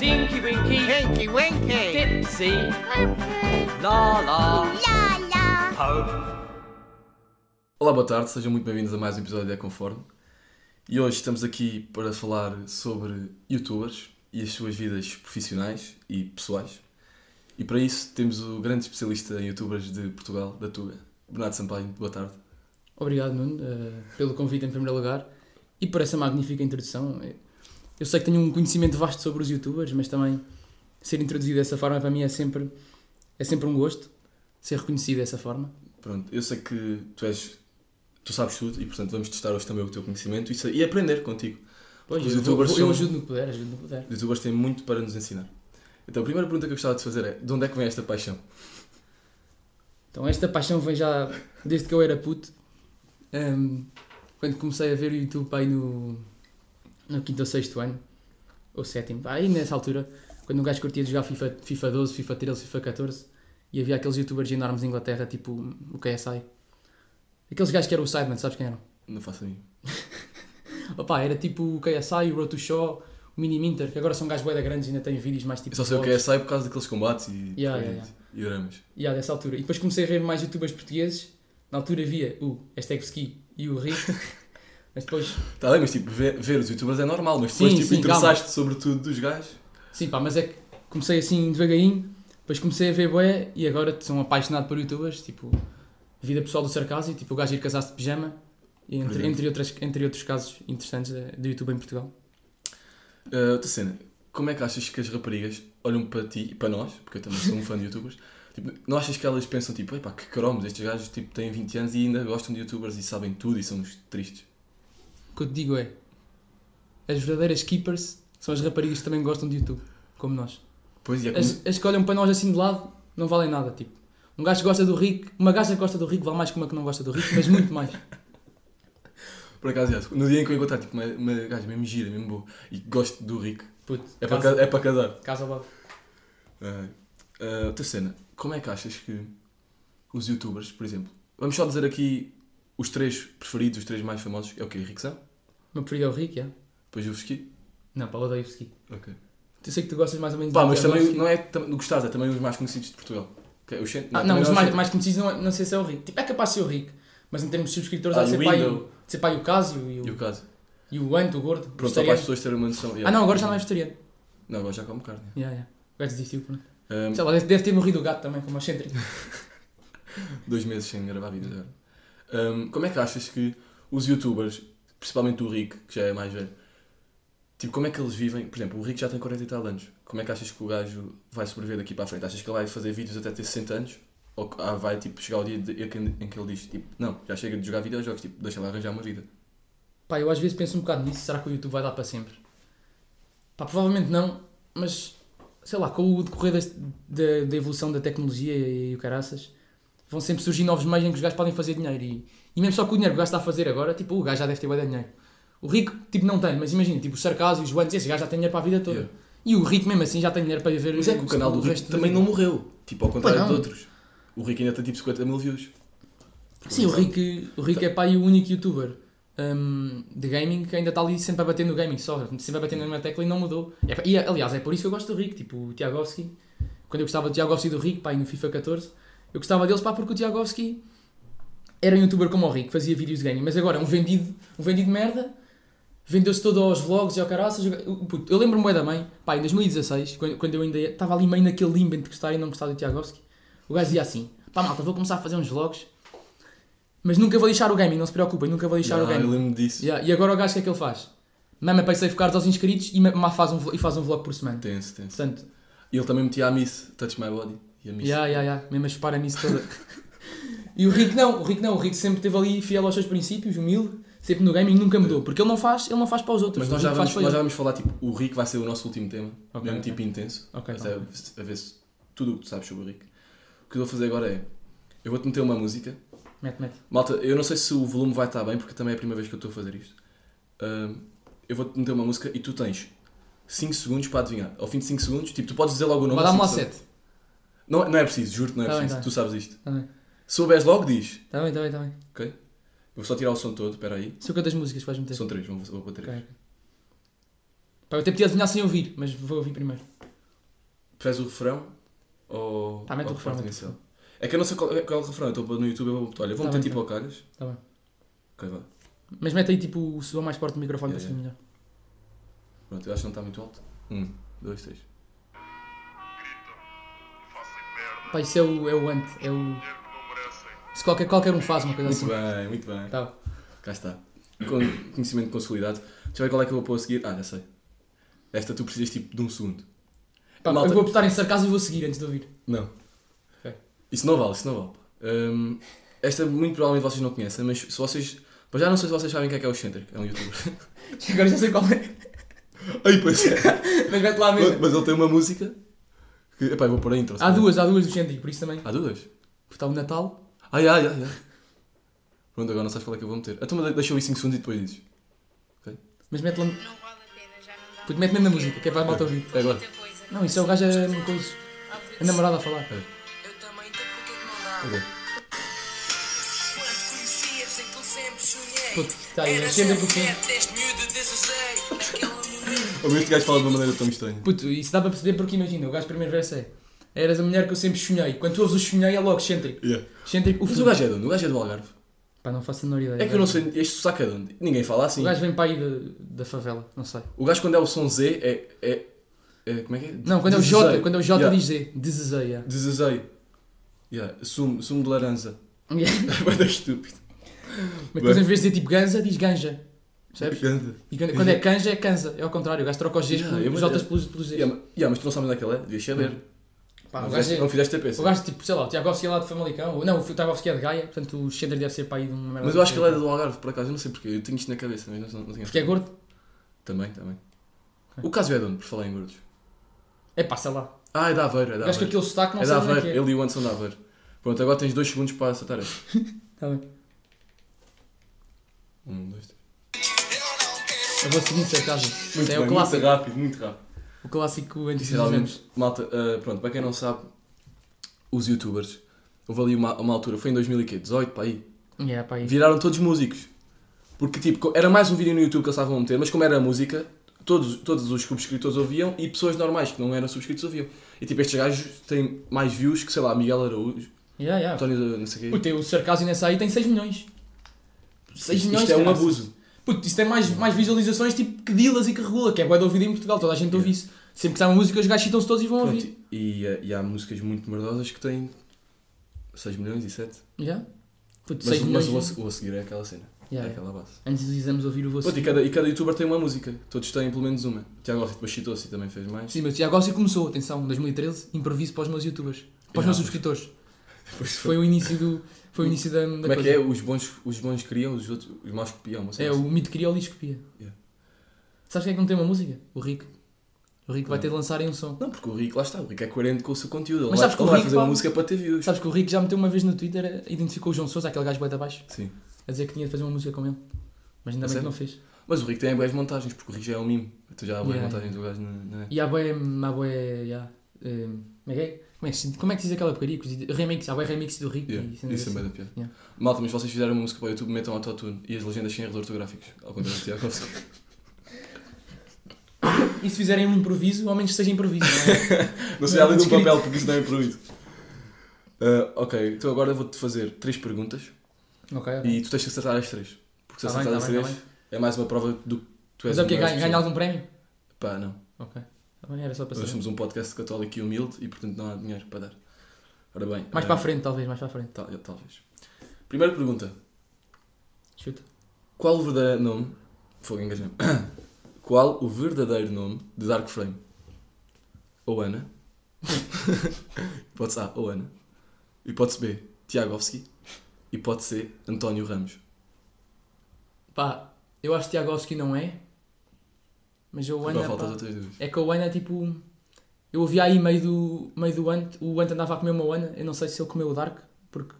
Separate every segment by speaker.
Speaker 1: Dinky Winky,
Speaker 2: Hanky Wanky.
Speaker 1: Dipsy, La La,
Speaker 3: Lá, lá.
Speaker 1: Home.
Speaker 4: Olá, boa tarde, sejam muito bem-vindos a mais um episódio da Conforme. E hoje estamos aqui para falar sobre youtubers e as suas vidas profissionais e pessoais. E para isso temos o grande especialista em youtubers de Portugal, da Tuga, Bernardo Sampaio. Boa tarde.
Speaker 5: Obrigado, Nuno, eh, pelo convite em primeiro lugar e por essa magnífica introdução. Eh, Eu sei que tenho um conhecimento vasto sobre os youtubers, mas também ser introduzido dessa forma para mim é sempre, é sempre um gosto ser reconhecido dessa forma.
Speaker 4: Pronto, eu sei que tu és. Tu sabes tudo e portanto vamos testar hoje também o teu conhecimento e, sa- e aprender contigo.
Speaker 5: Pois,
Speaker 4: Os
Speaker 5: eu, vou-
Speaker 4: youtubers
Speaker 5: vou-
Speaker 4: são-
Speaker 5: eu ajudo no que puder, ajudo no que puder.
Speaker 4: Os youtubers têm muito para nos ensinar. Então a primeira pergunta que eu gostava de fazer é: de onde é que vem esta paixão?
Speaker 5: Então, esta paixão vem já desde que eu era puto. Ahm, quando comecei a ver o YouTube aí no, no quinto ou sexto ano, ou sétimo, pá, aí nessa altura, quando um gajo curtia de jogar FIFA, FIFA 12, FIFA 13, FIFA 14, e havia aqueles youtubers enormes em Inglaterra, tipo o KSI. Aqueles gajos que eram o Sideman, sabes quem eram?
Speaker 4: Não faço a mim.
Speaker 5: Opa, era tipo o KSI, o Road to Shaw, o Mini Minter, que agora são gajos bué da grandes e ainda têm vídeos mais tipo.
Speaker 4: Eu só sei o que é
Speaker 5: vlogs.
Speaker 4: sai por causa daqueles combates e,
Speaker 5: Yeah, yeah, yeah.
Speaker 4: e dramas.
Speaker 5: E há dessa altura. E depois comecei a ver mais youtubers portugueses. Na altura via o hashtag ski e o Rico. Mas depois.
Speaker 4: Tá bem, mas tipo, ver, ver os youtubers é normal, mas depois
Speaker 5: Sim,
Speaker 4: tipo,
Speaker 5: sim,
Speaker 4: interessaste sobretudo dos gajos.
Speaker 5: Sim, pá, mas é que comecei assim devagarinho. Depois comecei a ver bué e agora sou um apaixonado por youtubers. Tipo, vida pessoal do Sarcasio. Tipo, o gajo ir casar-se de pijama. E
Speaker 4: Por
Speaker 5: entre,
Speaker 4: exemplo.
Speaker 5: entre, outras, entre outros casos interessantes eh, do YouTube em Portugal.
Speaker 4: Ah, outra cena, como é que achas que as raparigas olham para ti e para nós, porque eu também sou um fã de youtubers, tipo, não achas que elas pensam tipo, epá, que cromos, estes gajos tipo, têm 20 anos e ainda gostam de youtubers e sabem tudo e são uns tristes?
Speaker 5: O que eu te digo é. As verdadeiras keepers são as raparigas que também gostam de YouTube. Como nós.
Speaker 4: Pois e é como...
Speaker 5: As, as que olham para nós assim de lado não valem nada, tipo. Um gajo que gosta do rico, uma gaja que gosta do rico vale mais que uma que não gosta do rico, mas muito mais.
Speaker 4: por acaso, é, no dia em que eu encontrar tipo, uma, uma gaja mesmo gira, mesmo boa, e gosto do rico,
Speaker 5: Puto,
Speaker 4: é para,
Speaker 5: casa,
Speaker 4: ca- é para casar.
Speaker 5: casa ao babo.
Speaker 4: Ah, ah, outra cena, como é que achas que os youtubers, por exemplo, vamos só dizer aqui os três preferidos, os três mais famosos, é o quê? Rickson?
Speaker 5: Meu preferido é o rico, é?
Speaker 4: Depois o Vesqui?
Speaker 5: Não, pá, eu odeio o ski.
Speaker 4: Ok.
Speaker 5: Eu sei que tu gostas mais ou menos
Speaker 4: Pá,
Speaker 5: do
Speaker 4: mas
Speaker 5: que eu
Speaker 4: também
Speaker 5: gosto.
Speaker 4: não é tam, do gostares, é também os mais conhecidos de Portugal. Ok, os cento-
Speaker 5: Ah,
Speaker 4: também
Speaker 5: não, mas
Speaker 4: é os
Speaker 5: mais,
Speaker 4: cento-
Speaker 5: mais conhecido não, é- não sei se é o rico. Tipo, é capaz de ser o rico, mas em termos de subscritores
Speaker 4: Ah,
Speaker 5: há
Speaker 4: e
Speaker 5: de ser
Speaker 4: o
Speaker 5: pá, e
Speaker 4: Window.
Speaker 5: o- de ser pá e o Casio e
Speaker 4: E o
Speaker 5: o,
Speaker 4: caso?
Speaker 5: e o Anto, o gordo.
Speaker 4: Pronto, só para as
Speaker 5: vegetariano.
Speaker 4: pessoas terem uma noção.
Speaker 5: Ah, não, agora já não é vegetariano.
Speaker 4: Não, agora já como carne.
Speaker 5: Yeah, yeah. O gajo desistiu, pronto.
Speaker 4: Ah,
Speaker 5: Sei lá, deve, deve ter morrido o gato também, como o Centric.
Speaker 4: dois meses sem gravar vídeos agora. Hum, como é que achas que os youtubers, principalmente o Rick, que já é mais velho, tipo, como é que eles vivem? Por exemplo, o Rick já tem 40 e tal anos. Como é que achas que o gajo vai sobreviver daqui para a frente? Achas que ele vai fazer vídeos até ter 60 anos? Ou que- ah, vai tipo, chegar o dia de- em que- em que ele diz, tipo, não, já chega de jogar videojogos, tipo, deixa lá arranjar uma vida.
Speaker 5: Pá, eu às vezes penso um bocado nisso, será que o YouTube vai dar para sempre? Pá, provavelmente não, mas sei lá, com o decorrer deste- da, da evolução da tecnologia e o caraças, vão sempre surgir novos meios em que os gajos podem fazer dinheiro. E, e mesmo só com o dinheiro que o gajo está a fazer agora, tipo, o gajo já deve ter bué de dinheiro. O rico, tipo, não tem, mas imagina, tipo, o Sarcasio, os Joanes, esse gajo já tem dinheiro para a vida toda.
Speaker 4: Yeah.
Speaker 5: E o rico mesmo assim já tem dinheiro para viver
Speaker 4: Mas é que o canal do Rick
Speaker 5: resto da
Speaker 4: também
Speaker 5: vida.
Speaker 4: não morreu, tipo, ao contrário
Speaker 5: não.
Speaker 4: de outros. O Rick ainda tem tipo 50 mil views.
Speaker 5: Sim, o Rick, o Rick é pai o único youtuber hum, de gaming que ainda está ali sempre a bater no gaming, só sempre a bater na mesma tecla e não mudou. E, é- e, aliás, é por isso que eu gosto do Rick, tipo o Tiagovski. Quando eu gostava do Tiagovski e do Rick, pá, aí no FIFA 14, eu gostava deles, pá, porque o Tiagovski era um youtuber como o Rick, fazia vídeos de gaming, mas agora é um vendido, um vendido merda. Vendeu-se todo aos vlogs e ao caraças. Eu, puto, eu lembro-me bué da mãe, pá, em 2016, quando, quando eu ainda estava ali meio naquele limbo entre gostar e não gostar do Tiagovski, o gajo dizia assim: pá, malta, vou começar a fazer uns vlogs, mas nunca vou deixar o gaming, não se preocupem, nunca vou deixar
Speaker 4: Ah,
Speaker 5: o
Speaker 4: eu
Speaker 5: gaming.
Speaker 4: lembro disso.
Speaker 5: Yeah, e agora o gajo, o que é que ele faz? Mama é para safe cards aos inscritos e, ma- ma- faz um, vlo- e faz um vlog por semana.
Speaker 4: Tenso, tenso.
Speaker 5: Portanto,
Speaker 4: E ele também metia a Miss, Touch My Body. E a Miss.
Speaker 5: Ya, ya, ya, mesmo a chupar a nisso toda. e o Rick não, o Rick não, o Rick sempre esteve ali fiel aos seus princípios, humilde, sempre no gaming, nunca mudou, porque ele não faz, ele não faz para os outros.
Speaker 4: Mas
Speaker 5: o
Speaker 4: nós
Speaker 5: Rick
Speaker 4: já, vamos,
Speaker 5: faz para
Speaker 4: nós já
Speaker 5: ele.
Speaker 4: vamos falar, tipo, o Rick vai ser o nosso último tema,
Speaker 5: Ok,
Speaker 4: mesmo
Speaker 5: ok.
Speaker 4: tipo intenso,
Speaker 5: Ok,
Speaker 4: mas
Speaker 5: tá.
Speaker 4: é a ver se tudo o que tu sabes sobre o Rick. O que eu vou fazer agora é, eu vou-te meter uma música.
Speaker 5: Mete, mete.
Speaker 4: Malta, eu não sei se o volume vai estar bem, porque também é a primeira vez que eu estou a fazer isto. Ahm, eu vou-te meter uma música e tu tens 5 segundos para adivinhar. Ao fim de 5 segundos, tipo, tu podes dizer logo o nome.
Speaker 5: Vai dar-me
Speaker 4: assim,
Speaker 5: lá
Speaker 4: só-
Speaker 5: 7.
Speaker 4: Não, não é preciso, juro-te, não é
Speaker 5: Tá bem,
Speaker 4: preciso.
Speaker 5: tá bem.
Speaker 4: Tu sabes isto.
Speaker 5: Está bem,
Speaker 4: Se souberes logo, diz,
Speaker 5: está bem, está bem, tá bem.
Speaker 4: ok? Eu vou só tirar o som todo, espera aí.
Speaker 5: São quantas músicas que vais meter?
Speaker 4: São 3, vou, vou para 3.
Speaker 5: Ok. Pá, eu até podia adivinhar sem ouvir, mas vou ouvir primeiro.
Speaker 4: Preferes o refrão ou.
Speaker 5: Pá, mete
Speaker 4: ou
Speaker 5: o
Speaker 4: a
Speaker 5: refrão,
Speaker 4: parte
Speaker 5: mete o
Speaker 4: inicial? É que eu não sei qual, qual é o refrão, eu estou no YouTube, eu vou. Olha, eu vou meter
Speaker 5: Tá bem,
Speaker 4: tipo ao caras.
Speaker 5: Tá bem.
Speaker 4: Ok, vá.
Speaker 5: Mas mete aí tipo o som mais forte do microfone
Speaker 4: Yeah,
Speaker 5: para ser melhor.
Speaker 4: Pronto, eu acho que não está muito alto. Um, dois, três.
Speaker 5: Tá Pá, isso é o, é o ant, é o. Se qualquer, qualquer um faz uma coisa
Speaker 4: Muito
Speaker 5: assim.
Speaker 4: bem, muito bem.
Speaker 5: Tá.
Speaker 4: Cá está. Com conhecimento consolidado. Deixa eu ver qual é que eu vou pôr a seguir. Ah, já sei. Esta tu precisas tipo de um segundo.
Speaker 5: Pá,
Speaker 4: Malta.
Speaker 5: eu vou apostar em sarcasmo e vou seguir antes de ouvir.
Speaker 4: Não.
Speaker 5: Ok.
Speaker 4: Isso não vale, isso não vale. Hum, esta muito provavelmente vocês não conhecem, mas se vocês. Pois já não sei se vocês sabem quem é que é o Center, é um youtuber.
Speaker 5: Agora já sei qual é.
Speaker 4: Ai, pois é.
Speaker 5: Mas mete lá mesmo.
Speaker 4: Mas ele tem uma música. Que, epá, eu vou pôr a intro. se
Speaker 5: Há
Speaker 4: calhar.
Speaker 5: duas, há duas do Xendrick, por isso também.
Speaker 4: Há duas? Ah,
Speaker 5: Porque está o Natal.
Speaker 4: Ai, ai, ai, ai. Pronto, agora não sabes qual é que eu vou meter. Então mas deixa eu ir 5 segundos e depois dizes.
Speaker 5: Mas mete lá.
Speaker 2: Não vale a pena, já não dá.
Speaker 5: Puto, mete mesmo na música, que é para a malta ouvir.
Speaker 4: É agora.
Speaker 2: Muita coisa.
Speaker 5: Não, isso é o gajo a, um, coisa, a namorada a falar.
Speaker 2: Eu também, então porquê que não dá?
Speaker 4: Ok.
Speaker 2: Quando conhecias, aquilo sempre sonhei.
Speaker 5: Puto, tá aí,
Speaker 2: Eras
Speaker 5: agenda
Speaker 2: a
Speaker 5: do fim.
Speaker 2: vedette, és miúdo, desusei. Naquele momento,
Speaker 4: Ou este gajo fala de uma maneira tão estranha.
Speaker 5: Puto, isso dá para perceber porque imagina, o gajo primeiro verso é. Eras a mulher que eu sempre sonhei. Quando tu ouves o sonhei é logo Xendrick.
Speaker 4: Yeah.
Speaker 5: Xendrick, o
Speaker 4: Mas o
Speaker 5: fim.
Speaker 4: gajo é de onde? O gajo é do Algarve.
Speaker 5: Pá, não faço a menor ideia.
Speaker 4: É que eu não sei, este sotaque é de onde? Ninguém fala assim.
Speaker 5: O gajo vem para aí da, da favela, não sei.
Speaker 4: quando é o som Z é. é, é- como é que é?
Speaker 5: Não, quando é o
Speaker 4: Desdeseio.
Speaker 5: J, quando é o J
Speaker 4: Yeah.
Speaker 5: diz Z. Desesei, yeah.
Speaker 4: Deseseio. Yeah. Sumo, sumo de laranja.
Speaker 5: Mas
Speaker 4: Banda estúpido.
Speaker 5: depois em vez de dizer tipo ganza, diz ganja. Percebes?
Speaker 4: Ganda.
Speaker 5: E quando, quando é canja, é cansa. É ao contrário. O gajo troca os Gs
Speaker 4: Yeah,
Speaker 5: por,
Speaker 4: eu-
Speaker 5: os Js pelos, pelos Gs.
Speaker 4: Yeah, ma- yeah, mas tu não sabes onde é que ele é? Devias saber.
Speaker 5: Pá,
Speaker 4: não,
Speaker 5: o, gajo
Speaker 4: fizeste,
Speaker 5: é,
Speaker 4: não fizeste a
Speaker 5: o
Speaker 4: peça.
Speaker 5: gajo, tipo, sei lá, o Tiagovski é lá de Famalicão. Ou, não, o Tiagovski é de Gaia. Portanto, o Xander deve ser para aí de uma merda.
Speaker 4: Mas eu acho que ele é do Algarve, por acaso. Eu não sei porquê. Eu tenho isto na cabeça, mas não, não tenho.
Speaker 5: Porque é gordo?
Speaker 4: Também, também. O caso é de onde, por falar em gordos?
Speaker 5: É pá, sei lá.
Speaker 4: Ah, é da Aveiro, é
Speaker 5: O
Speaker 4: da
Speaker 5: gajo com
Speaker 4: Aveiro.
Speaker 5: aquele sotaque não
Speaker 4: É da
Speaker 5: sabe onde é que
Speaker 4: Aveiro.
Speaker 5: é.
Speaker 4: Ele e o Anderson da Aveiro. Pronto, agora tens dois segundos para acertar esta.
Speaker 5: Tá bem.
Speaker 4: Um, dois, três.
Speaker 5: Eu vou seguir em casa.
Speaker 4: Muito
Speaker 5: É
Speaker 4: bem,
Speaker 5: o clássico.
Speaker 4: Muito rápido, muito rápido.
Speaker 5: O clássico antes de
Speaker 4: Sinceramente, é malta, ah, pronto, para quem não sabe, os youtubers, houve ali uma, uma altura, foi em 2018, para aí,
Speaker 5: É, pá, aí.
Speaker 4: viraram todos músicos. Porque, tipo, co- era mais um vídeo no YouTube que eles estavam a meter, mas como era música, todos, todos os subscritores ouviam e pessoas normais que não eram subscritos ouviam. E, tipo, estes gajos têm mais views que, sei lá, Miguel Araújo,
Speaker 5: Yeah, yeah.
Speaker 4: António, de- não sei o quê.
Speaker 5: Puto, o sarcasmo nessa aí tem 6 milhões. 6
Speaker 4: Isto,
Speaker 5: milhões
Speaker 4: isto é um
Speaker 5: caraças.
Speaker 4: abuso.
Speaker 5: Puto, isso tem mais, mais visualizações tipo que dealers e que regula, que é boa de ouvida em Portugal, toda a gente ouve isso. Sempre que sai uma música, os gajos citam-se todos e vão
Speaker 4: Pronto,
Speaker 5: ouvir.
Speaker 4: e, ah, e há músicas muito merdosas que têm 6 milhões e 7.
Speaker 5: Yeah. Puto,
Speaker 4: Mas,
Speaker 5: 6
Speaker 4: o-
Speaker 5: milhões.
Speaker 4: mas o, a- o a seguir é aquela cena,
Speaker 5: Yeah,
Speaker 4: é
Speaker 5: yeah.
Speaker 4: aquela base.
Speaker 5: Antes de exames ouvir o vosso.
Speaker 4: Pronto, e cada, e cada youtuber tem uma música, todos têm pelo menos uma. Tiago Rossi depois citou-se e também fez mais.
Speaker 5: Sim, mas o Tiago Alci começou, atenção, em 2013, improviso para os meus youtubers, para os
Speaker 4: Yeah.
Speaker 5: meus subscritores.
Speaker 4: Depois foi.
Speaker 5: Foi o início do. Foi o início da. da
Speaker 4: Como é que
Speaker 5: coisa.
Speaker 4: é? Os bons, os bons criam, os outros, os maus copiam. não sei
Speaker 5: É,
Speaker 4: assim.
Speaker 5: o mito criou liscopia.
Speaker 4: Yeah.
Speaker 5: Sabes quem é que não tem uma música? O Rico. O Rico vai ter de lançar aí um som.
Speaker 4: Não, porque o Rico, lá está, o Rico é coerente com o seu conteúdo. Ele
Speaker 5: Mas
Speaker 4: vai-
Speaker 5: sabes que
Speaker 4: ele
Speaker 5: o
Speaker 4: vai
Speaker 5: Rico,
Speaker 4: fazer uma
Speaker 5: pá,
Speaker 4: música para ter views.
Speaker 5: Sabes que o Rico já meteu uma vez no Twitter, eh, identificou o João Sousa, aquele gajo boi de abaixo,
Speaker 4: Sim.
Speaker 5: a dizer que tinha de fazer uma música com ele. Mas ainda
Speaker 4: A
Speaker 5: bem
Speaker 4: sério?
Speaker 5: que não fez.
Speaker 4: Mas o Rico tem boas montagens, porque o Rico já é um mimo. Tu já há boas
Speaker 5: Yeah,
Speaker 4: montagens do gajo na, na...
Speaker 5: E há boé. Há boé. já, eh, Como é que é? Como é que, se- como é que se diz aquela porcaria? Que se- Remix, há boé remix do Rico.
Speaker 4: Yeah,
Speaker 5: e cenas
Speaker 4: Isso é
Speaker 5: assim.
Speaker 4: bem da piada.
Speaker 5: Yeah.
Speaker 4: Malta, mas se vocês fizerem uma música para o YouTube, metam autotune e as legendas sem erros ortográficos. Ao contrário do Tiago Rossi.
Speaker 5: E se fizerem um improviso, ao menos seja improviso. não é?
Speaker 4: Não sei além do
Speaker 5: Descrito.
Speaker 4: papel, porque isso não é improviso. Ah, ok, então agora vou-te fazer três perguntas.
Speaker 5: é? ok, ok.
Speaker 4: E tu tens que acertar as três. Porque se
Speaker 5: Tá
Speaker 4: acertar
Speaker 5: bem,
Speaker 4: as
Speaker 5: tá bem,
Speaker 4: três, é mais uma prova do que tu és
Speaker 5: Mas é o quê?
Speaker 4: uma
Speaker 5: Ganha,
Speaker 4: pessoa.
Speaker 5: ganha algum prémio?
Speaker 4: Pá, não.
Speaker 5: Ok. Tá bem, era só para
Speaker 4: Nós
Speaker 5: saber.
Speaker 4: somos um podcast católico e humilde e, portanto, não há dinheiro para dar. Ora bem.
Speaker 5: Mais
Speaker 4: eh,
Speaker 5: para a frente, talvez, mais para a frente.
Speaker 4: tal- eh, talvez. Primeira pergunta.
Speaker 5: Chuta.
Speaker 4: Qual o verdadeiro nome... Fogo, engajei Qual o verdadeiro nome de Dark Frame? Ou Ana. Hipótese A, ou Ana. Hipótese B, Tiagovski. Hipótese C, António Ramos.
Speaker 5: Pá, eu acho que Tiagovski não é. Mas eu
Speaker 4: Agora
Speaker 5: Ana.
Speaker 4: falta as
Speaker 5: Pá,
Speaker 4: outras duas.
Speaker 5: é que o Ana, tipo. Eu ouvi aí meio do, meio do Ant. O Ant andava a comer uma Ana. Eu não sei se ele comeu o Dark. Porque.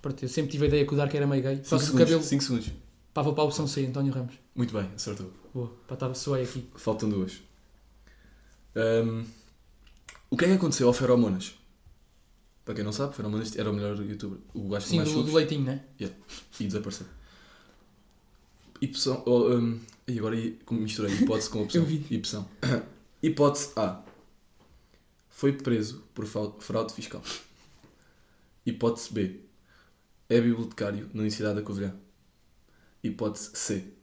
Speaker 5: Pronto, eu sempre tive a ideia que o Dark era meio gay. Só
Speaker 4: 5
Speaker 5: que o cabelo.
Speaker 4: segundos. cinco segundos.
Speaker 5: Pá, vou para a opção C, António Ramos.
Speaker 4: Muito bem, acertou.
Speaker 5: Boa, pá, estava suei aqui.
Speaker 4: Faltam duas. Ahm, o que é que aconteceu ao Feromonas? Para quem não sabe, Feromonas era o melhor youtuber, o gajo com
Speaker 5: Sim,
Speaker 4: mais
Speaker 5: do, do
Speaker 4: subs
Speaker 5: leitinho, né?
Speaker 4: e desapareceu. Hipsão. Oh, hum, e agora i- como misturei hipótese com opção.
Speaker 5: Eu vi.
Speaker 4: Hipsão. Hipótese A. Foi preso por fau- fraude fiscal. Hipótese B. É bibliotecário na Universidade da Covilhã. Hipótese C.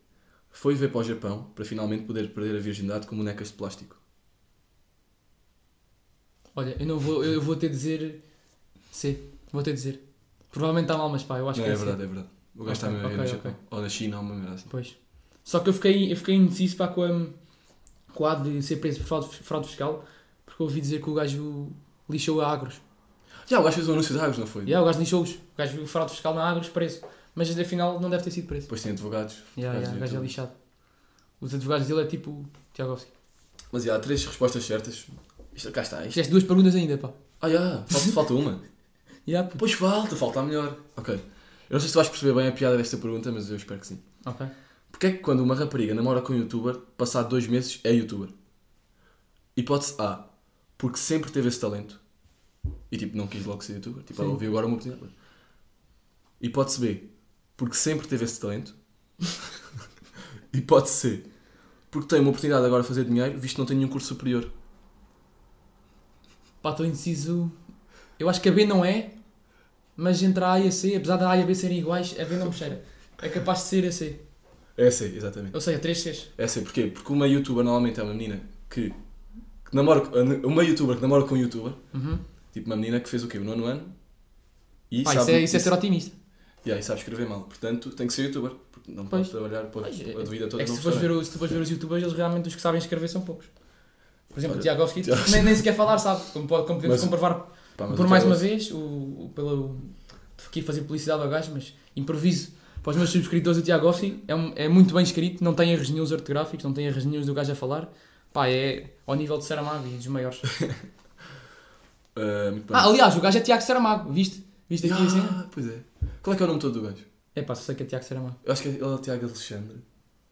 Speaker 4: Foi ver para o Japão para finalmente poder perder a virgindade com bonecas de plástico.
Speaker 5: Olha, eu não vou, eu vou ter de dizer C, vou ter de dizer. Provavelmente está mal, mas pá, eu acho
Speaker 4: Não,
Speaker 5: que
Speaker 4: é,
Speaker 5: é, C.
Speaker 4: verdade, é verdade. O gajo está
Speaker 5: Ok,
Speaker 4: mesmo a ver no
Speaker 5: ok,
Speaker 4: Japão. Ou na China, ou uma merda assim.
Speaker 5: Pois. Só que eu fiquei, eu fiquei indeciso para com a, com a de ser preso por fraude, fraude fiscal, porque eu ouvi dizer que o gajo lixou a Agros.
Speaker 4: Já, o gajo fez um anúncio de águas, não foi?
Speaker 5: Yeah, o gajo lixou-os. O gajo viu fraude fiscal na Agros preso. Mas afinal não deve ter sido preso.
Speaker 4: Depois tem advogados.
Speaker 5: Yeah,
Speaker 4: advogados
Speaker 5: yeah,
Speaker 4: de
Speaker 5: o gajo é
Speaker 4: YouTube.
Speaker 5: lixado. Os advogados dele é tipo Tiagovski.
Speaker 4: Mas já, há três respostas certas. Isto, cá está. Isto. é-
Speaker 5: Fizeste duas perguntas ainda, pá.
Speaker 4: Ah, já, falta, falta uma.
Speaker 5: Yeah, puto.
Speaker 4: Pois falta, falta a melhor. Ok. Eu não sei se tu vais perceber bem a piada desta pergunta, mas eu espero que sim.
Speaker 5: Ok.
Speaker 4: Porquê é que quando uma rapariga namora com um youtuber, passado dois meses é youtuber? Hipótese A. Porque sempre teve esse talento. E tipo, não quis logo ser youtuber. Tipo, ela
Speaker 5: Sim.
Speaker 4: ouviu agora uma oportunidade. Hipótese B. Porque sempre teve esse talento. Hipótese C. Porque tem uma oportunidade agora de fazer dinheiro, visto que não tem nenhum curso superior.
Speaker 5: Pá, estou indeciso. Eu acho que a B não é, mas entre a A e a C, apesar da A e a B serem iguais, a B não me cheira. É capaz de ser a C.
Speaker 4: É C, exatamente.
Speaker 5: Ou seja, 3 Cs.
Speaker 4: É assim, porquê? Porque uma youtuber normalmente é uma menina que, que namora. Uma youtuber que namora com um youtuber,
Speaker 5: Uhum.
Speaker 4: tipo uma menina que fez o quê? O nono ano e
Speaker 5: Pá,
Speaker 4: sabe,
Speaker 5: isso, é, isso é ser otimista.
Speaker 4: Yeah, e sabe escrever mal. Portanto, tem que ser youtuber. Porque não
Speaker 5: Pois.
Speaker 4: pode trabalhar pode,
Speaker 5: Pois,
Speaker 4: a vida toda
Speaker 5: É que
Speaker 4: não
Speaker 5: se tu fores
Speaker 4: percebe.
Speaker 5: ver, o- se tu fores ver os youtubers, eles realmente os que sabem escrever são poucos. Por exemplo,
Speaker 4: Olha,
Speaker 5: o Tiagovski
Speaker 4: Tiago-
Speaker 5: nem, nem sequer falar, sabe? Como, pode- como podemos
Speaker 4: Mas-
Speaker 5: comprovar
Speaker 4: é? Pá, mas
Speaker 5: por
Speaker 4: o
Speaker 5: mais uma
Speaker 4: Tiago-
Speaker 5: vez, o, o, pelo. Aqui fazer publicidade ao gajo, mas improviso. Para os meus subscritores, o Tiagovski é, um- é muito bem escrito, não tem erros nenhums ortográficos, não tem erros nenhums do gajo a falar. Pá, é ao nível de Saramago e dos maiores.
Speaker 4: Ah, muito bem.
Speaker 5: Ah, aliás, o gajo é Tiago Saramago, viste? Viste aqui
Speaker 4: Ah,
Speaker 5: assim?
Speaker 4: Pois é. Qual é que é o nome todo do gajo?
Speaker 5: É pá, só sei que é Tiago Saramago.
Speaker 4: Eu acho que ele é o Tiago Alexandre.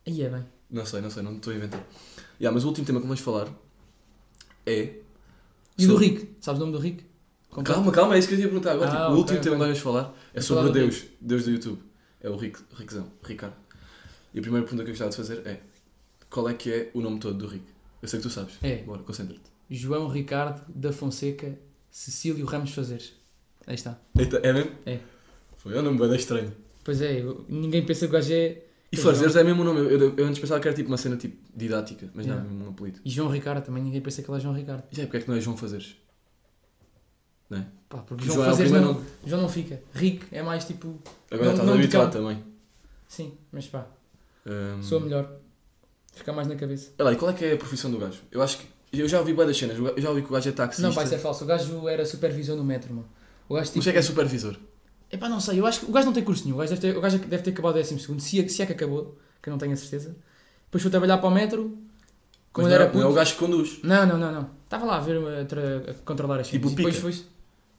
Speaker 5: Aí é bem.
Speaker 4: Não sei, não sei, não estou a inventar. Yeah, mas o último tema que vamos falar é.
Speaker 5: E do
Speaker 4: sobre-
Speaker 5: Rick? Sabes o nome do Rick? Completo?
Speaker 4: Calma, calma, é isso que eu ia perguntar agora.
Speaker 5: Ah,
Speaker 4: tipo, o
Speaker 5: ok,
Speaker 4: último tema que nós
Speaker 5: ok.
Speaker 4: vamos falar é sobre
Speaker 5: Vamos falar
Speaker 4: o
Speaker 5: do
Speaker 4: Deus, Deus do YouTube. É o Rick, Rickzão, Ricardo. E a primeira pergunta que eu gostava de fazer é: qual é que é o nome todo do Rick? Eu sei que tu sabes.
Speaker 5: É.
Speaker 4: Bora, concentra-te.
Speaker 5: João Ricardo da Fonseca Cecílio Ramos Fazeres. Aí está.
Speaker 4: Eita, é mesmo?
Speaker 5: É.
Speaker 4: Foi um nome bem estranho.
Speaker 5: Pois é, eu- ninguém pensa que o gajo é.
Speaker 4: E
Speaker 5: É
Speaker 4: Fazeres é mesmo o nome. Eu, eu- eu antes pensava que era tipo uma cena tipo didática, mas não, é
Speaker 5: Yeah.
Speaker 4: mesmo um apelido.
Speaker 5: E João Ricardo também, ninguém pensa que ele é João Ricardo.
Speaker 4: E é, porque é que não é João Fazeres?
Speaker 5: Pá, porque
Speaker 4: João
Speaker 5: João,
Speaker 4: é o
Speaker 5: Fazeres
Speaker 4: primeiro
Speaker 5: não, João não fica. Rick é mais tipo.
Speaker 4: Agora
Speaker 5: Não-
Speaker 4: estás
Speaker 5: nome de
Speaker 4: habituado também.
Speaker 5: Sim, mas pá,
Speaker 4: Hum,
Speaker 5: sou melhor. Fica mais na cabeça.
Speaker 4: olha lá, e qual é que é a profissão do gajo? Eu acho que. Eu já ouvi boas das cenas. Eu já ouvi que o gajo é taxista.
Speaker 5: Não, pá, isso é falso. O gajo era supervisor no metro, mano. O gajo tipo.
Speaker 4: Mas é que é supervisor.
Speaker 5: Epá, não sei, eu acho que o gajo não tem curso nenhum, o gajo deve ter, o gajo deve ter acabado o 12 segundo, se, é- se é que acabou, que eu não tenho a certeza. Depois foi trabalhar para o metro,
Speaker 4: Mas
Speaker 5: quando
Speaker 4: não é-
Speaker 5: era
Speaker 4: não é o
Speaker 5: puto.
Speaker 4: gajo que conduz.
Speaker 5: Não, não, não, não. Estava lá a ver a, tra- a controlar as
Speaker 4: Tipo
Speaker 5: coisas. e depois
Speaker 4: pica.
Speaker 5: foi.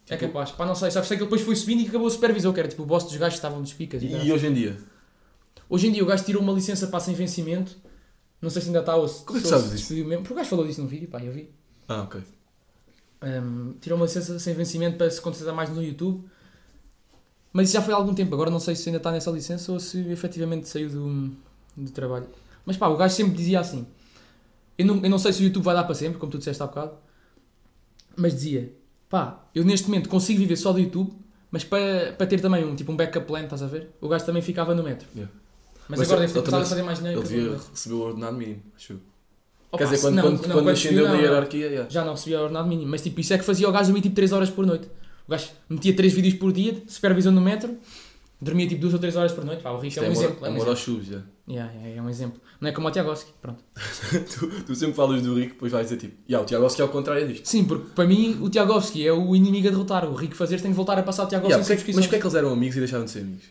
Speaker 5: É
Speaker 4: Tipo-
Speaker 5: capaz, pá, não sei, só que sei que ele depois foi subindo e acabou o supervisor, que era tipo o boss dos gajos que estavam nos picas. E,
Speaker 4: E
Speaker 5: caralho.
Speaker 4: hoje em dia?
Speaker 5: Hoje em dia o gajo tirou uma licença para sem vencimento, não sei se ainda está ou se.
Speaker 4: Como é que
Speaker 5: se- ou
Speaker 4: sabes
Speaker 5: se
Speaker 4: disso?
Speaker 5: despediu mesmo, porque o gajo falou disso no vídeo, pá, eu vi.
Speaker 4: Ah, ok.
Speaker 5: Ahm, tirou uma licença sem vencimento para se concentrar mais no YouTube. Mas isso já foi há algum tempo, agora não sei se ainda está nessa licença ou se efetivamente saiu do, do trabalho. Mas pá, o gajo sempre dizia assim: eu não, eu não sei se o YouTube vai dar para sempre, como tu disseste há bocado, mas dizia: pá, eu neste momento consigo viver só do YouTube, mas para, para ter também um tipo um backup plan, estás a ver? O gajo também ficava no metro.
Speaker 4: Yeah.
Speaker 5: Mas,
Speaker 4: Mas
Speaker 5: agora
Speaker 4: eu-
Speaker 5: deve ter
Speaker 4: eu
Speaker 5: começado a
Speaker 4: também-
Speaker 5: fazer mais dinheiro.
Speaker 4: Ele
Speaker 5: que eu
Speaker 4: devia
Speaker 5: também.
Speaker 4: receber o ordenado mínimo, acho eu.
Speaker 5: Opa,
Speaker 4: Quer dizer,
Speaker 5: se
Speaker 4: quando,
Speaker 5: não-
Speaker 4: quando,
Speaker 5: não,
Speaker 4: quando ascendeu
Speaker 5: subiu,
Speaker 4: da
Speaker 5: não, não.
Speaker 4: hierarquia, yeah.
Speaker 5: Já é um não recebia ordenado mínimo, mas tipo, isso é que fazia o gajo dormir tipo 3 horas por noite. O gajo metia 3 vídeos por dia, supervisão no metro, dormia tipo 2 ou 3 horas por noite. Pá, o Rick
Speaker 4: Isto
Speaker 5: é um
Speaker 4: amor-
Speaker 5: exemplo. É um
Speaker 4: amor
Speaker 5: exemplo.
Speaker 4: aos chubos, já.
Speaker 5: Yeah, yeah, é um exemplo. Não é como o Tiagoski, pronto.
Speaker 4: tu, tu sempre falas do Rico, depois vais dizer tipo, yeah, o Tiago Alves que é o contrário disto.
Speaker 5: Sim, porque para mim o Tiagovski é o inimigo a derrotar. O Rico fazer tem que voltar a passar o Tiagovski
Speaker 4: Yeah,
Speaker 5: yeah,
Speaker 4: porque- mas porquê é que eles eram amigos e deixaram de ser amigos?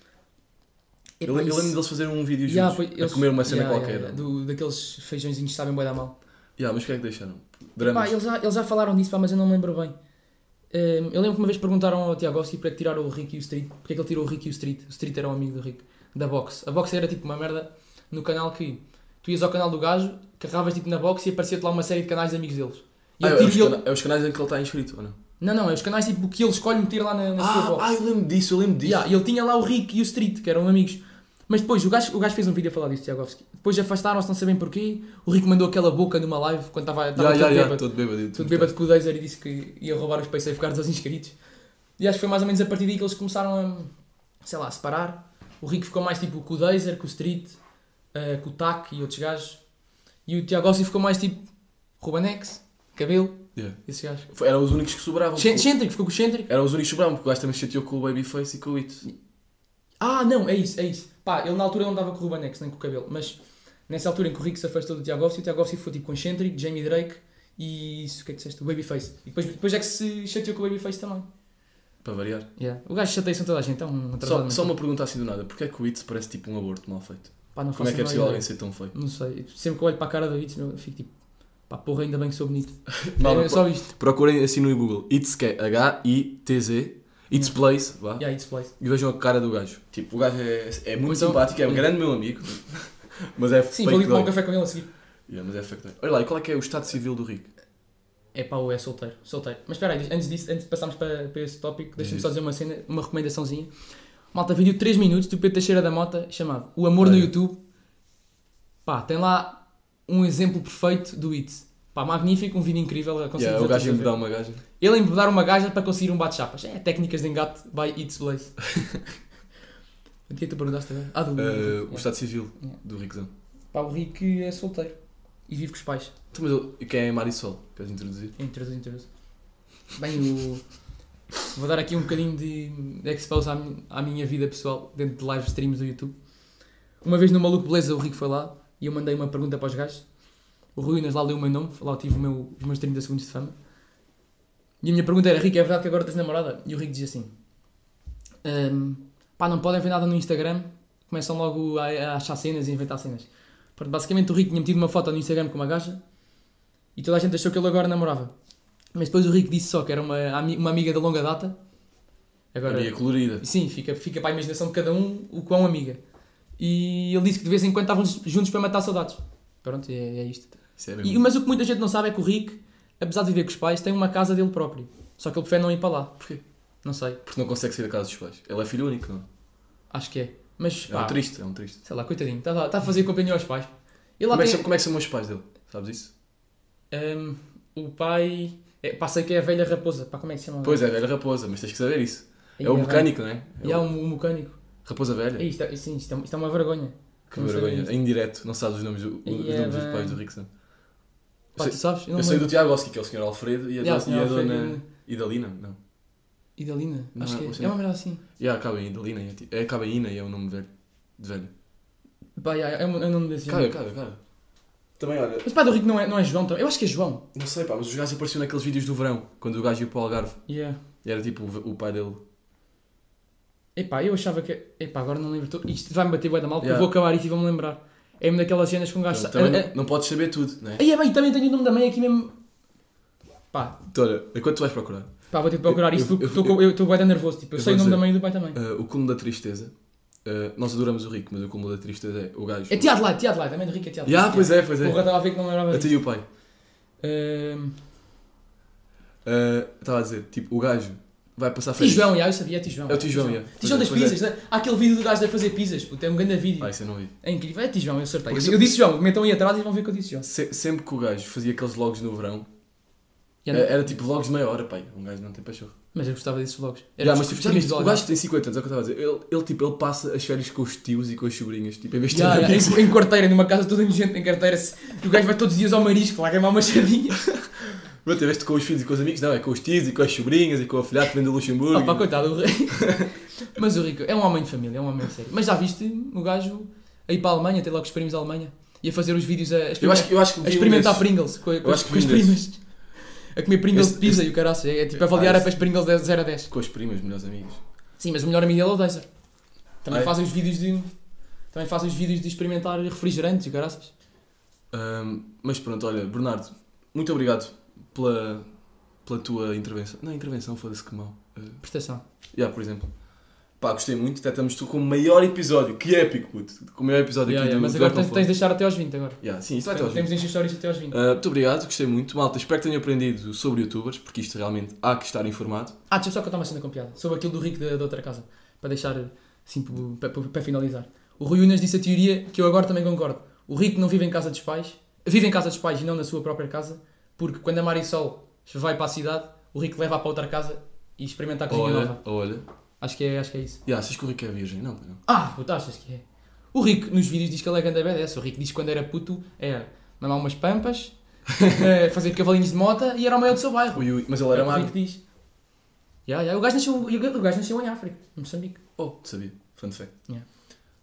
Speaker 5: É
Speaker 4: Eu, lem- eu lembro deles fazerem um vídeo juntos, a comer uma cena qualquer.
Speaker 5: do, daqueles feijõezinhos que sabem boi da mal.
Speaker 4: Yeah, mas porquê é que deixaram?
Speaker 5: Pá,
Speaker 4: Dramas.
Speaker 5: eles, já, eles já falaram disso, pá, mas eu não me lembro bem. Ehm, eu lembro que uma vez perguntaram ao Tiagovski para que tiraram o Rick e o Street. Porque é que ele tirou o Rick e o Street? O Street era um amigo do Rick, da box. A box era tipo uma merda no canal que tu ias ao canal do gajo, carregavas tipo na box e aparecia-te lá uma série de canais de amigos deles. E
Speaker 4: Ah,
Speaker 5: eu
Speaker 4: é,
Speaker 5: tive-
Speaker 4: os
Speaker 5: e ele-
Speaker 4: cana- é os canais em que ele está inscrito, ou não?
Speaker 5: Não, não, é os canais tipo que ele escolhe meter lá na, na sua
Speaker 4: Ah,
Speaker 5: box.
Speaker 4: ah, eu lembro disso, eu lembro disso.
Speaker 5: Yeah, e ele tinha lá o Rick e o Street, que eram amigos. Mas depois, o gajo, o gajo fez um vídeo a falar disso, Tiagovski. Depois afastaram-se, não sabem porquê. O Rico mandou aquela boca numa live quando estava estava
Speaker 4: Já, já,
Speaker 5: todo
Speaker 4: já,
Speaker 5: bêbado.
Speaker 4: todo bêbado. e
Speaker 5: Tudo bêbado com o Dazer e disse que ia roubar os Paysafe Cards aos inscritos. E acho que foi mais ou menos a partir daí que eles começaram a, sei lá, a separar. O Rico ficou mais tipo com o Dazer, com o Street, eh, com o Tac e outros gajos. E o Tiagovski ficou mais tipo Rubanex, Cabelo,
Speaker 4: Yeah.
Speaker 5: esses gajos.
Speaker 4: Foi- Eram os únicos que sobravam.
Speaker 5: Cê- Cêntrico, ficou com o Cêntrico.
Speaker 4: Eram os únicos que sobravam, porque o gajo também chateou com o Babyface e com o It.
Speaker 5: Ah, não, é isso, é isso. Pá, ele na altura não andava com o Rubanex nem com o cabelo, mas nessa altura em que o Rick se afastou do Tiagovski, o Tiagovski foi tipo concêntrico, Jamie Drake e isso, o que é que disseste? O Babyface. E depois, depois é que se chateou com o Babyface também.
Speaker 4: Para variar.
Speaker 5: Yeah. O gajo chateia-se com toda a gente, é um atrasado.
Speaker 4: Só, só
Speaker 5: mental.
Speaker 4: uma pergunta assim do nada: porquê é que o It parece tipo um aborto mal feito?
Speaker 5: Pá, não
Speaker 4: Como é
Speaker 5: faço
Speaker 4: que é
Speaker 5: a menor
Speaker 4: possível alguém
Speaker 5: ideia.
Speaker 4: ser tão feio?
Speaker 5: Não sei, sempre que eu olho para a cara do Itz, meu, eu fico tipo, pá, porra, ainda bem que sou bonito.
Speaker 4: Mal-
Speaker 5: é só isto.
Speaker 4: Procurem assim no Google: It's que é H-I-T-Z, It's Place, vá.
Speaker 5: Yeah, It's place.
Speaker 4: E vejam a cara do gajo. Tipo, o gajo é, é muito
Speaker 5: Ou então-
Speaker 4: simpático, é um
Speaker 5: Sim.
Speaker 4: grande meu amigo, mas é
Speaker 5: Sim,
Speaker 4: fake
Speaker 5: vou ali tomar um
Speaker 4: doido.
Speaker 5: café com ele a seguir.
Speaker 4: Yeah, mas é fake doido. Olha lá, e qual é que é o estado civil do Rico?
Speaker 5: É pá, ou é solteiro, solteiro. Mas espera aí, antes disso, antes de passarmos para, para esse tópico, deixa-me
Speaker 4: Diz.
Speaker 5: só dizer uma cena, uma recomendaçãozinha. Malta, vídeo de 3 minutos do Pedro Teixeira da Mota, chamado O Amor no
Speaker 4: Olha.
Speaker 5: YouTube. Pá, tem lá um exemplo perfeito do It. Pá, magnífico, um vídeo incrível. aconselho-vos
Speaker 4: Yeah,
Speaker 5: a
Speaker 4: o
Speaker 5: todos
Speaker 4: gajo é
Speaker 5: a
Speaker 4: ia
Speaker 5: ver.
Speaker 4: mudar uma gaja.
Speaker 5: Ele embudar uma gaja para conseguir um bate-chapas. É, técnicas de engate by It's Blaze. O que é que tu perguntaste agora? Ah, do
Speaker 4: Eh, o
Speaker 5: é.
Speaker 4: estado civil
Speaker 5: Yeah.
Speaker 4: do Ricozão.
Speaker 5: Pá, o Rick é solteiro. E vive com os pais.
Speaker 4: Então, mas eu- e quem é Marisol? Queres introduzir?
Speaker 5: Introduzo, introduzo. Bem, o... vou dar aqui um bocadinho de, de expose à, mi- à minha vida pessoal dentro de live streams do YouTube. Uma vez no Maluco Beleza o Rico foi lá e eu mandei uma pergunta para os gajos. O Rui Unas lá leu o meu nome, lá tive o meu- os meus 30 segundos de fama. E a minha pergunta era, Rico, é verdade que agora tens namorada? E o Rico dizia assim, "Ahm, pá, não podem ver nada no Instagram, começam logo a, a achar cenas e inventar cenas. Pronto, basicamente o Rico tinha metido uma foto no Instagram com uma gaja e toda a gente achou que ele agora namorava. Mas depois o Rico disse só que era uma, ami- uma amiga da longa data. Agora, é.
Speaker 4: Maria colorida.
Speaker 5: sim, fica, fica para a imaginação de cada um o quão amiga. E ele disse que de vez em quando estavam juntos para matar saudades. Pronto, é, é isto.
Speaker 4: Isso é
Speaker 5: E-
Speaker 4: mesmo.
Speaker 5: mas o que muita gente não sabe é que o Rick, apesar de viver com os pais, tem uma casa dele próprio. Só que ele prefere não ir para lá.
Speaker 4: Porquê?
Speaker 5: Não sei,
Speaker 4: Porque não consegue sair da casa dos pais. Ele é filho único, não?
Speaker 5: acho que é. Mas,
Speaker 4: É um
Speaker 5: pá,
Speaker 4: triste, é um triste.
Speaker 5: sei lá, coitadinho, está a fazer companhia aos pais. Ele lá
Speaker 4: Como é, que,
Speaker 5: tem-
Speaker 4: são- como é que são os pais dele? Sabes isso?
Speaker 5: Ahm, o pai... É, pá, sei que é a velha raposa. Pá, como é que se chama?
Speaker 4: Pois é, velha raposa, mas tens que saber isso.
Speaker 5: Aí
Speaker 4: É o
Speaker 5: vai-
Speaker 4: mecânico, não é?
Speaker 5: E
Speaker 4: É
Speaker 5: há
Speaker 4: o...
Speaker 5: um, um mecânico.
Speaker 4: Raposa velha.
Speaker 5: É, isto, é, sim, isto, é, isto é uma vergonha.
Speaker 4: Que
Speaker 5: não sei
Speaker 4: vergonha.
Speaker 5: disso.
Speaker 4: Em direto, não sabes os nomes, do- os
Speaker 5: Aí um é
Speaker 4: nomes dos
Speaker 5: bem.
Speaker 4: pais do Rickson.
Speaker 5: Pá,
Speaker 4: sei-
Speaker 5: tu sabes?
Speaker 4: Eu,
Speaker 5: não
Speaker 4: sei
Speaker 5: lembro.
Speaker 4: do Tiago Oski, que é o Sr. Alfredo, e a,
Speaker 5: Yeah,
Speaker 4: do-
Speaker 5: o
Speaker 4: e
Speaker 5: Sr.
Speaker 4: a
Speaker 5: Alfredo.
Speaker 4: dona Idalina. Não.
Speaker 5: Idalina?
Speaker 4: Não,
Speaker 5: acho que
Speaker 4: não,
Speaker 5: é.
Speaker 4: assim
Speaker 5: É uma merda assim.
Speaker 4: E yeah, acaba em Idalina. É, tipo- é, acaba em Ina e é o nome velho. De velho.
Speaker 5: Pá, yeah, é, um- é um nome desse
Speaker 4: Acaba,
Speaker 5: género.
Speaker 4: acaba, acaba. Também, olha,
Speaker 5: Mas o pai do Rico não é, não é João, então. Eu acho que é João.
Speaker 4: não sei, pá, mas os gajos apareciam naqueles vídeos do verão, quando o gajo ia para o Algarve.
Speaker 5: Yeah.
Speaker 4: E era tipo o ve- o pai dele.
Speaker 5: Epá, eu achava que. Epá, agora não lembro. Tô- Isto vai-me bater bué da mal, porque
Speaker 4: Yeah.
Speaker 5: eu vou acabar isto e vou-me lembrar. É uma daquelas cenas com um gajo.
Speaker 4: Então,
Speaker 5: Ah,
Speaker 4: também
Speaker 5: ah,
Speaker 4: não, não podes saber tudo, não é?
Speaker 5: Aí é bem, também tenho o nome da mãe aqui mesmo. Pá,
Speaker 4: Então, olha, enquanto tu vais procurar,
Speaker 5: pá, vou ter de procurar
Speaker 4: Eu-
Speaker 5: isto
Speaker 4: eu-
Speaker 5: porque
Speaker 4: eu-
Speaker 5: estou com- eu estou bué da nervoso. Tipo, eu,
Speaker 4: eu
Speaker 5: sei o
Speaker 4: vou
Speaker 5: nome da
Speaker 4: dizer.
Speaker 5: mãe e do pai também.
Speaker 4: Uh, o cúmulo da tristeza. uh, nós adoramos o Rico, mas o cúmulo da tristeza é o gajo.
Speaker 5: É Tiago Lai, Tiago Lai, também do Rico é Tiago Lai.
Speaker 4: Yeah, pois é, pois é.
Speaker 5: Porra, estava a ver que não lembrava
Speaker 4: Até
Speaker 5: disso. Ehm,
Speaker 4: e o pai.
Speaker 5: Ahm,
Speaker 4: Uh, Estava a dizer, tipo, o gajo vai passar férias.
Speaker 5: Tijão, já, eu sabia, é Tijão.
Speaker 4: É o Tijão, yeah.
Speaker 5: Tijão das
Speaker 4: Pois é.
Speaker 5: pizzas, né? Há aquele vídeo do gajo a fazer pizzas, puto, é um grande vídeo.
Speaker 4: Ah, isso eu não vi.
Speaker 5: É incrível, é Tijão, eu acertei.
Speaker 4: Por
Speaker 5: Eu,
Speaker 4: isso-
Speaker 5: eu disse João, metam aí atrás e vão ver que eu disse João.
Speaker 4: Se- sempre que o gajo fazia aqueles vlogs no verão,
Speaker 5: Já
Speaker 4: eh,
Speaker 5: não-
Speaker 4: era, tipo vlogs de meia hora, pai. Um gajo não tem pachorra.
Speaker 5: Mas eu gostava desses vlogs. Era
Speaker 4: Yeah,
Speaker 5: um
Speaker 4: mas
Speaker 5: dos
Speaker 4: tipo, já
Speaker 5: primeiros
Speaker 4: viste? o
Speaker 5: vlogs.
Speaker 4: gajo tem 50 anos, é o que eu estava a dizer. Ele, ele, tipo, ele passa as férias com os tios e com as sobrinhas, tipo, em vez de
Speaker 5: Já,
Speaker 4: ter
Speaker 5: já,
Speaker 4: amigos.
Speaker 5: em, em quarteira, numa casa toda nojenta, em carteira, se- e o gajo vai todos os dias ao marisco lá é queimar uma sardinha.
Speaker 4: Pronto, em vez de com os filhos e com os amigos, não, é com os tios e com as sobrinhas e com a filhada que vem do Luxemburgo.
Speaker 5: Opa, coitado, o rei. Mas o Rico é um homem de família, é um homem sério. Mas já viste o gajo a ir para a Alemanha, ter lá com os primos da Alemanha, e a fazer os vídeos a, a
Speaker 4: eu acho que, eu acho que
Speaker 5: a
Speaker 4: vi um desses.
Speaker 5: experimentar Pringles com, a- com,
Speaker 4: Eu
Speaker 5: as-
Speaker 4: acho que
Speaker 5: com as
Speaker 4: vi um
Speaker 5: primas. A comer Pringles
Speaker 4: Esse-
Speaker 5: de pizza e o caraças. É, é tipo
Speaker 4: Ah,
Speaker 5: avaliar
Speaker 4: esse-
Speaker 5: para as Pringles de 0 a 10.
Speaker 4: Com as primas, melhores amigos.
Speaker 5: Sim, mas o melhor amigo dele é o Deiser. Também
Speaker 4: Ah, é?
Speaker 5: fazem os vídeos de. Também fazem os vídeos de experimentar refrigerantes e o caraças.
Speaker 4: Ahm, mas pronto, olha, Bernardo, muito obrigado pela, pela tua intervenção. Não, intervenção, foda-se que mal. Uh,
Speaker 5: Prestação.
Speaker 4: yeah, por exemplo. Pá, gostei muito, até estamos tu com o maior episódio. Que épico, puto. Com o maior episódio
Speaker 5: Yeah,
Speaker 4: aqui
Speaker 5: yeah,
Speaker 4: do
Speaker 5: mas
Speaker 4: do
Speaker 5: agora
Speaker 4: Art
Speaker 5: tens,
Speaker 4: of
Speaker 5: tens de
Speaker 4: War.
Speaker 5: deixar até aos 20 agora.
Speaker 4: Yeah, sim, isso vai até aos vídeos.
Speaker 5: Temos de encher histórias até aos 20.
Speaker 4: Ah, Muito obrigado, gostei muito. Malta, espero que tenham aprendido sobre youtubers, porque isto realmente há que estar informado.
Speaker 5: Ah, deixa só contar uma cena com piada. Sobre aquilo do Rico da, da outra casa. Para deixar, assim, para, para, finalizar. O Rui Unas disse a teoria que eu agora também concordo. O rico não vive em casa dos pais, vive em casa dos pais e não na sua própria casa, porque quando a Marisol vai para a cidade, o rico leva para outra casa e experimenta a cozinha
Speaker 4: Olha,
Speaker 5: nova.
Speaker 4: olha.
Speaker 5: Acho que, é, acho que é isso.
Speaker 4: E achas que o Rico é virgem? Não, pá, não.
Speaker 5: Ah, tu achas que é? O Rico nos vídeos diz que ele é ganda badass. O Rico diz que quando era puto era mamar umas pampas, eh, fazer cavalinhos de mota e era o maior do seu bairro.
Speaker 4: Ui, ui, mas ele era
Speaker 5: É o que O
Speaker 4: magro.
Speaker 5: Rico diz. Ya, ya, O, gajo nasceu, o gajo nasceu em África, em Moçambique.
Speaker 4: Oh, sabia. Fun fact.
Speaker 5: Yeah.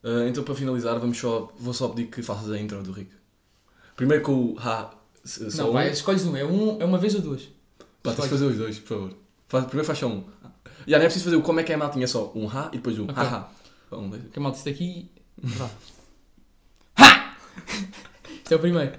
Speaker 4: Ah, então, para finalizar, vamos só, vou só pedir que faças a intro do Rico. Primeiro com o ha, s- só
Speaker 5: não,
Speaker 4: um.
Speaker 5: vai, escolhes um. É, um, é uma vez ou duas.
Speaker 4: Pá, tens de fazer os dois, por favor. Faz- primeiro faz só um. Já não é preciso fazer o como é que é mal, tinha só um ha e depois um
Speaker 5: Ok.
Speaker 4: ha ha. Um, dois.
Speaker 5: Que é mal disse daqui. Vá. Ha! Este é o primeiro.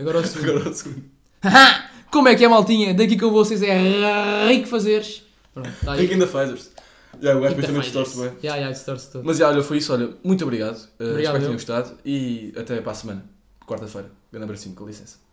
Speaker 5: Agora o segundo.
Speaker 4: Agora o segundo.
Speaker 5: Haha! Como é que é, maltinha? Daqui com vocês é rico fazeres. Pronto, está aí.
Speaker 4: Rico é ainda fazes. Já, o gajo depois também
Speaker 5: Ainda
Speaker 4: distorce bem.
Speaker 5: faz. Ya, ya, distorce todo.
Speaker 4: Mas já, olha, foi isso. Olha, muito obrigado. Uh,
Speaker 5: Obrigado,
Speaker 4: espero que
Speaker 5: eu.
Speaker 4: tenham gostado. E até para a semana, quarta-feira. Grande abracinho, com licença.